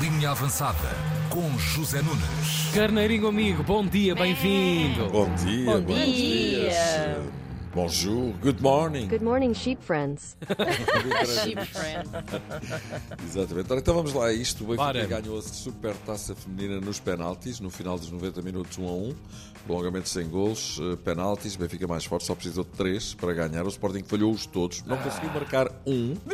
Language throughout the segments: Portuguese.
Linha Avançada com José Nunes. Carneirinho amigo, bom dia, bem-vindo. Bom dia, Bom bom dia. dias. Bonjour, good morning. Good morning, sheep friends. Sheep friend. Exatamente. Ora, então vamos lá a isto. O Benfica Bora. ganhou a super taça feminina nos penaltis, no final dos 90 minutos 1 a 1. Prolongamento sem gols, eh, penaltis. O Benfica mais forte, só precisou de 3 para ganhar. O Sporting falhou-os todos, não conseguiu marcar um.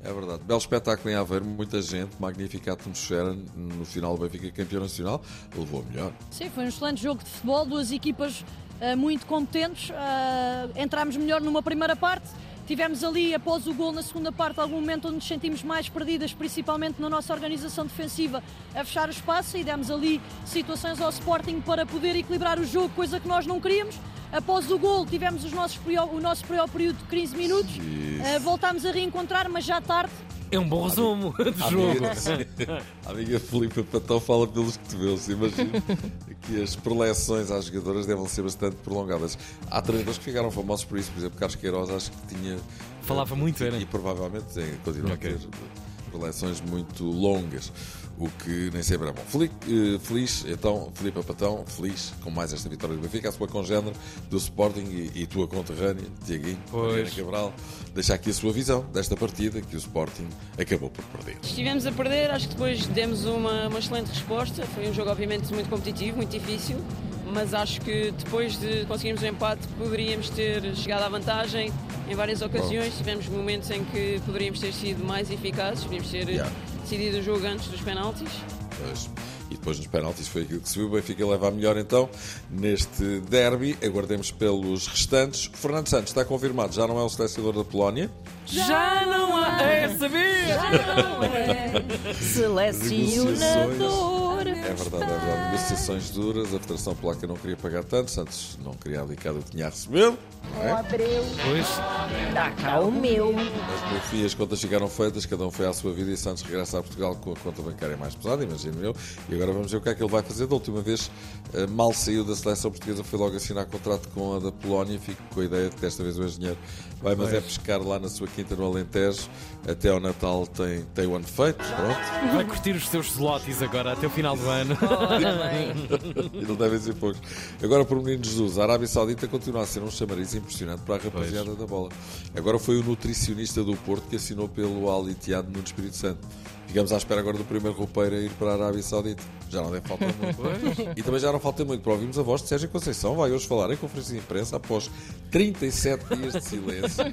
É verdade. Belo espetáculo em Aveiro, muita gente, magnífica atmosfera. No final, o Benfica campeão nacional levou a melhor. Sim, foi um excelente jogo de futebol, duas equipas ah, muito competentes. ah, entramos melhor numa primeira parte. Tivemos ali, após o gol na segunda parte, algum momento onde nos sentimos mais perdidas, principalmente na nossa organização defensiva, a fechar o espaço e demos ali situações ao Sporting para poder equilibrar o jogo, coisa que nós não queríamos. Após o gol, tivemos os nossos prior- o nosso pior período de 15 minutos. Ah, voltámos a reencontrar, mas já tarde. É um bom resumo do jogo. Amiga, a amiga Filipe Patão fala pelos cotovelos. Imagino que as preleções às jogadoras devem ser bastante prolongadas. Há treinadores que ficaram famosos por isso. Por exemplo, Carlos Queiroz, acho que tinha. eh, Falava muito, e, era? E provavelmente é, continua Ok. a ter preleções muito longas. O que nem sempre é bom. Feliz, feliz então, Filipe Patão, feliz com mais esta vitória do Benfica, a sua congénere do Sporting e, e tua conterrânea, Tiaguinho, Pois. Mariana Cabral. Deixa aqui a sua visão desta partida que o Sporting acabou por perder. Estivemos a perder, acho que depois demos uma, uma excelente resposta. Foi um jogo, obviamente, muito competitivo, muito difícil, mas acho que depois de conseguirmos o empate, poderíamos ter chegado à vantagem em várias ocasiões. Tivemos momentos em que poderíamos ter sido mais eficazes, poderíamos ter Yeah. decidido o jogo antes dos penaltis. Pois. E depois nos penaltis foi aquilo que subiu. O Benfica leva a melhor então neste derby. Aguardemos pelos restantes. Fernando Santos está confirmado, já não é o selecionador da Polónia. Já não há. É saber! Negociações. É verdade, é verdade. Negociações duras. A Federação Polaca não queria pagar tanto. Santos não queria abdicar do que tinha a receber. Pois, Mas no fim as contas ficaram feitas, cada um foi à sua vida e Santos regressa a Portugal com a conta bancária mais pesada, imagino eu. E agora vamos ver o que é que ele vai fazer. Da última vez eh, mal saiu da seleção portuguesa, foi logo assinar contrato com a da Polónia. Fico com a ideia de que desta vez o engenheiro vai, mas é pescar lá na sua quinta no Alentejo. Até ao Natal tem, tem o ano feito, pronto. vai curtir os teus slotis agora até o final do ano. E não devem ser poucos. Agora para o menino Jesus, a Arábia Saudita continua a ser um chamariz impressionante para a rapaziada da bola. Agora foi o nutricionista do Porto que assinou pelo Al Ittihad no Espírito Santo. Ficamos à espera agora do primeiro roupeiro a ir para a Arábia Saudita. Já não deve faltar muito. e também já não falta muito para ouvirmos a voz de Sérgio Conceição. Vai hoje falar em conferência de imprensa após 37 dias de silêncio.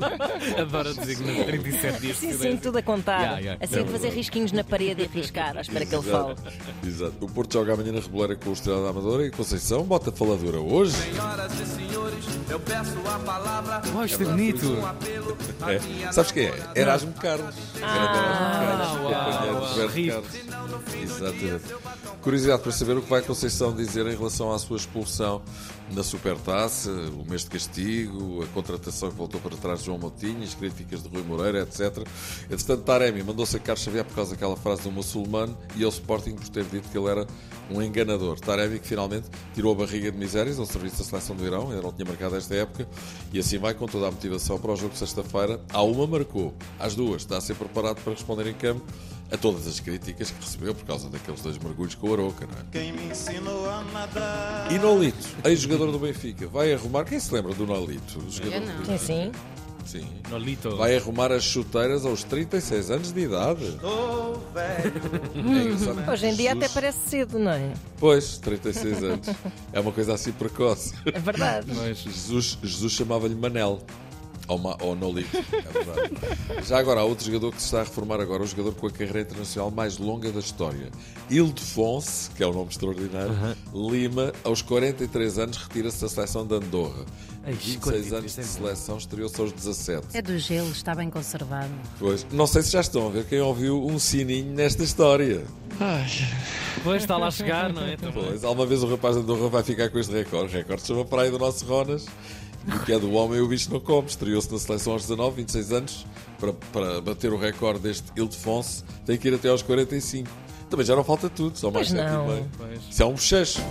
Adoro designar 37 dias Sim, de sim, silêncio. tudo a contar. Yeah, yeah. Assim de fazer risquinhos na parede e arriscar, à espera que ele fale. Exato. Exato. O Porto joga amanhã na Reboleira com o Estrela da Amadora e Conceição bota faladura hoje. Senhoras e senhores, eu peço a palavra. Oh, isto é bonito. Um apelo à minha É. Sabes quem é? namorada. Erasmo Carlos. Era Ah. de Erasmo Ah, uau, Carlos. companheiro uau. de Roberto Rip. Carlos. Exatamente. Curiosidade para saber o que vai Conceição dizer em relação à sua expulsão na Supertaça, o mês de castigo, a contratação que voltou para trás de João Moutinho, as críticas de Rui Moreira, etc. Entretanto, Taremi mandou-se a Carlos Xavier por causa daquela frase do muçulmano e ao Sporting por ter dito que ele era um enganador. Taremi que finalmente tirou a barriga de misérias ao serviço da seleção do Irão, ainda não tinha marcado esta época, e assim vai com toda a motivação para o jogo de sexta-feira. À uma marcou, às duas está a ser preparado para responder em campo a todas as críticas que recebeu por causa daqueles dois mergulhos com o Aroca, não é? Quem me ensinou a nadar? E Nolito, ex-jogador do Benfica, vai arrumar. Quem se lembra do Nolito? O jogador do Benfica. Sim, sim. Sim. Nolito. Vai arrumar as chuteiras aos 36 anos de idade. Tô velho. É engraçado. Hoje em dia Jesus. até parece cedo, não é? Pois, 36 anos. É uma coisa assim precoce. É verdade. Pois. Jesus, Jesus chamava-lhe Manel. Ou, Ma, ou Nolito. É verdade. Já agora, há outro jogador que se está a reformar agora, o jogador com a carreira internacional mais longa da história. Ildefonso, que é um nome extraordinário, Lima, aos 43 anos, retira-se da seleção de Andorra. Ai, 26 43 anos de é muito. seleção, estreou-se aos 17. É do gelo, está bem conservado. Pois, não sei se já estão a ver quem ouviu um sininho nesta história. Pois está lá a chegar, não é? Pois, alguma vez o rapaz da Andorra vai ficar com este recorde. O recorde chama Praia do nosso Ronas. E o que é do homem, o bicho não come. Estreou-se na seleção aos 19, 26 anos. Para, para bater o recorde deste Ildefonso, tem que ir até aos 45. Também já não falta tudo, só mais Pois 7 não. e meio. Isso é um bochecho.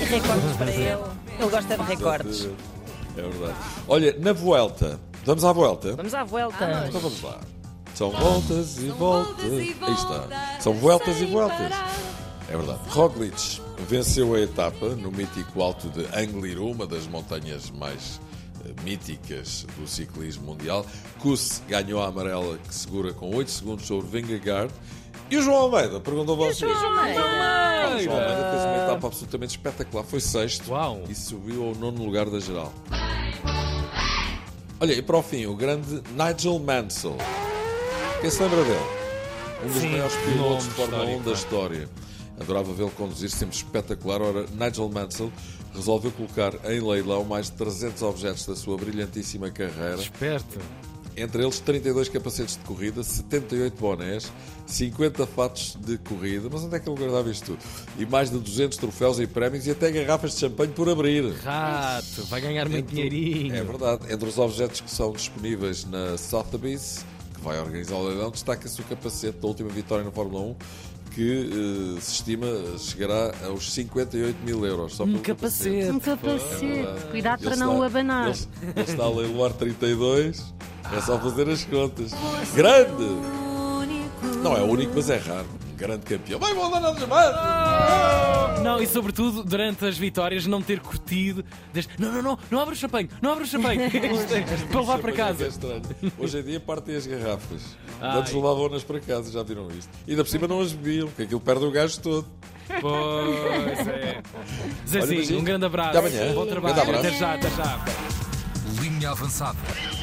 E recordes para ele. Ele gosta de recordes. É verdade. Olha, na Vuelta. Vamos à Vuelta? Vamos à volta. Ah, Então vamos lá. São voltas e voltas. Aí está. São voltas e voltas. É verdade. Roglic venceu a etapa no mítico alto de Anglir, uma das montanhas mais eh, míticas do ciclismo mundial. Kuss ganhou a amarela que segura com 8 segundos sobre Vingegaard. E o João Almeida perguntou a vocês. O João Almeida fez uma etapa absolutamente espetacular. Foi sexto Ah. Uau. e subiu ao nono lugar da geral. Olha, e para o fim, o grande Nigel Mansell. Quem se lembra dele? Um dos Sim, maiores nome pilotos de Fórmula 1 histórico, da é. história. Adorava vê-lo conduzir, sempre espetacular. Ora, Nigel Mansell resolveu colocar em leilão mais de 300 objetos da sua brilhantíssima carreira, Esperto. entre eles 32 capacetes de corrida, 78 bonés, 50 fatos de corrida, mas onde é que ele guardava isto tudo? E mais de 200 troféus e prémios e até garrafas de champanhe por abrir. Rato. Vai ganhar muito dinheirinho. É verdade. Entre os objetos que são disponíveis na Sotheby's, que vai organizar o leilão, destaca-se o capacete da última vitória na Fórmula 1, que eh, se estima chegará aos 58 mil euros. Só Um pelo capacete. Um É capacete. verdade. Cuidado Ele para não está- o abanar. Ele, ele está a leiloar 32. É só fazer as contas. Grande! Não é único, mas é raro. Um grande campeão. Vai, Maldonado dos Ah, Não, e sobretudo durante as vitórias não ter curtido. deste- Não, não, não, não abre o champanhe, não abre o champanhe. é para levar para casa. é Hoje em dia partem as garrafas. Ai. Antes levavam-nas para casa, já viram isto. E ainda por cima não as bebiam, porque aquilo perde o gajo todo. Pois é. Olha, Zezinho, beijinho. um grande abraço. Até amanhã. Bom Grande trabalho. abraço. Até já, até já. Linha avançada.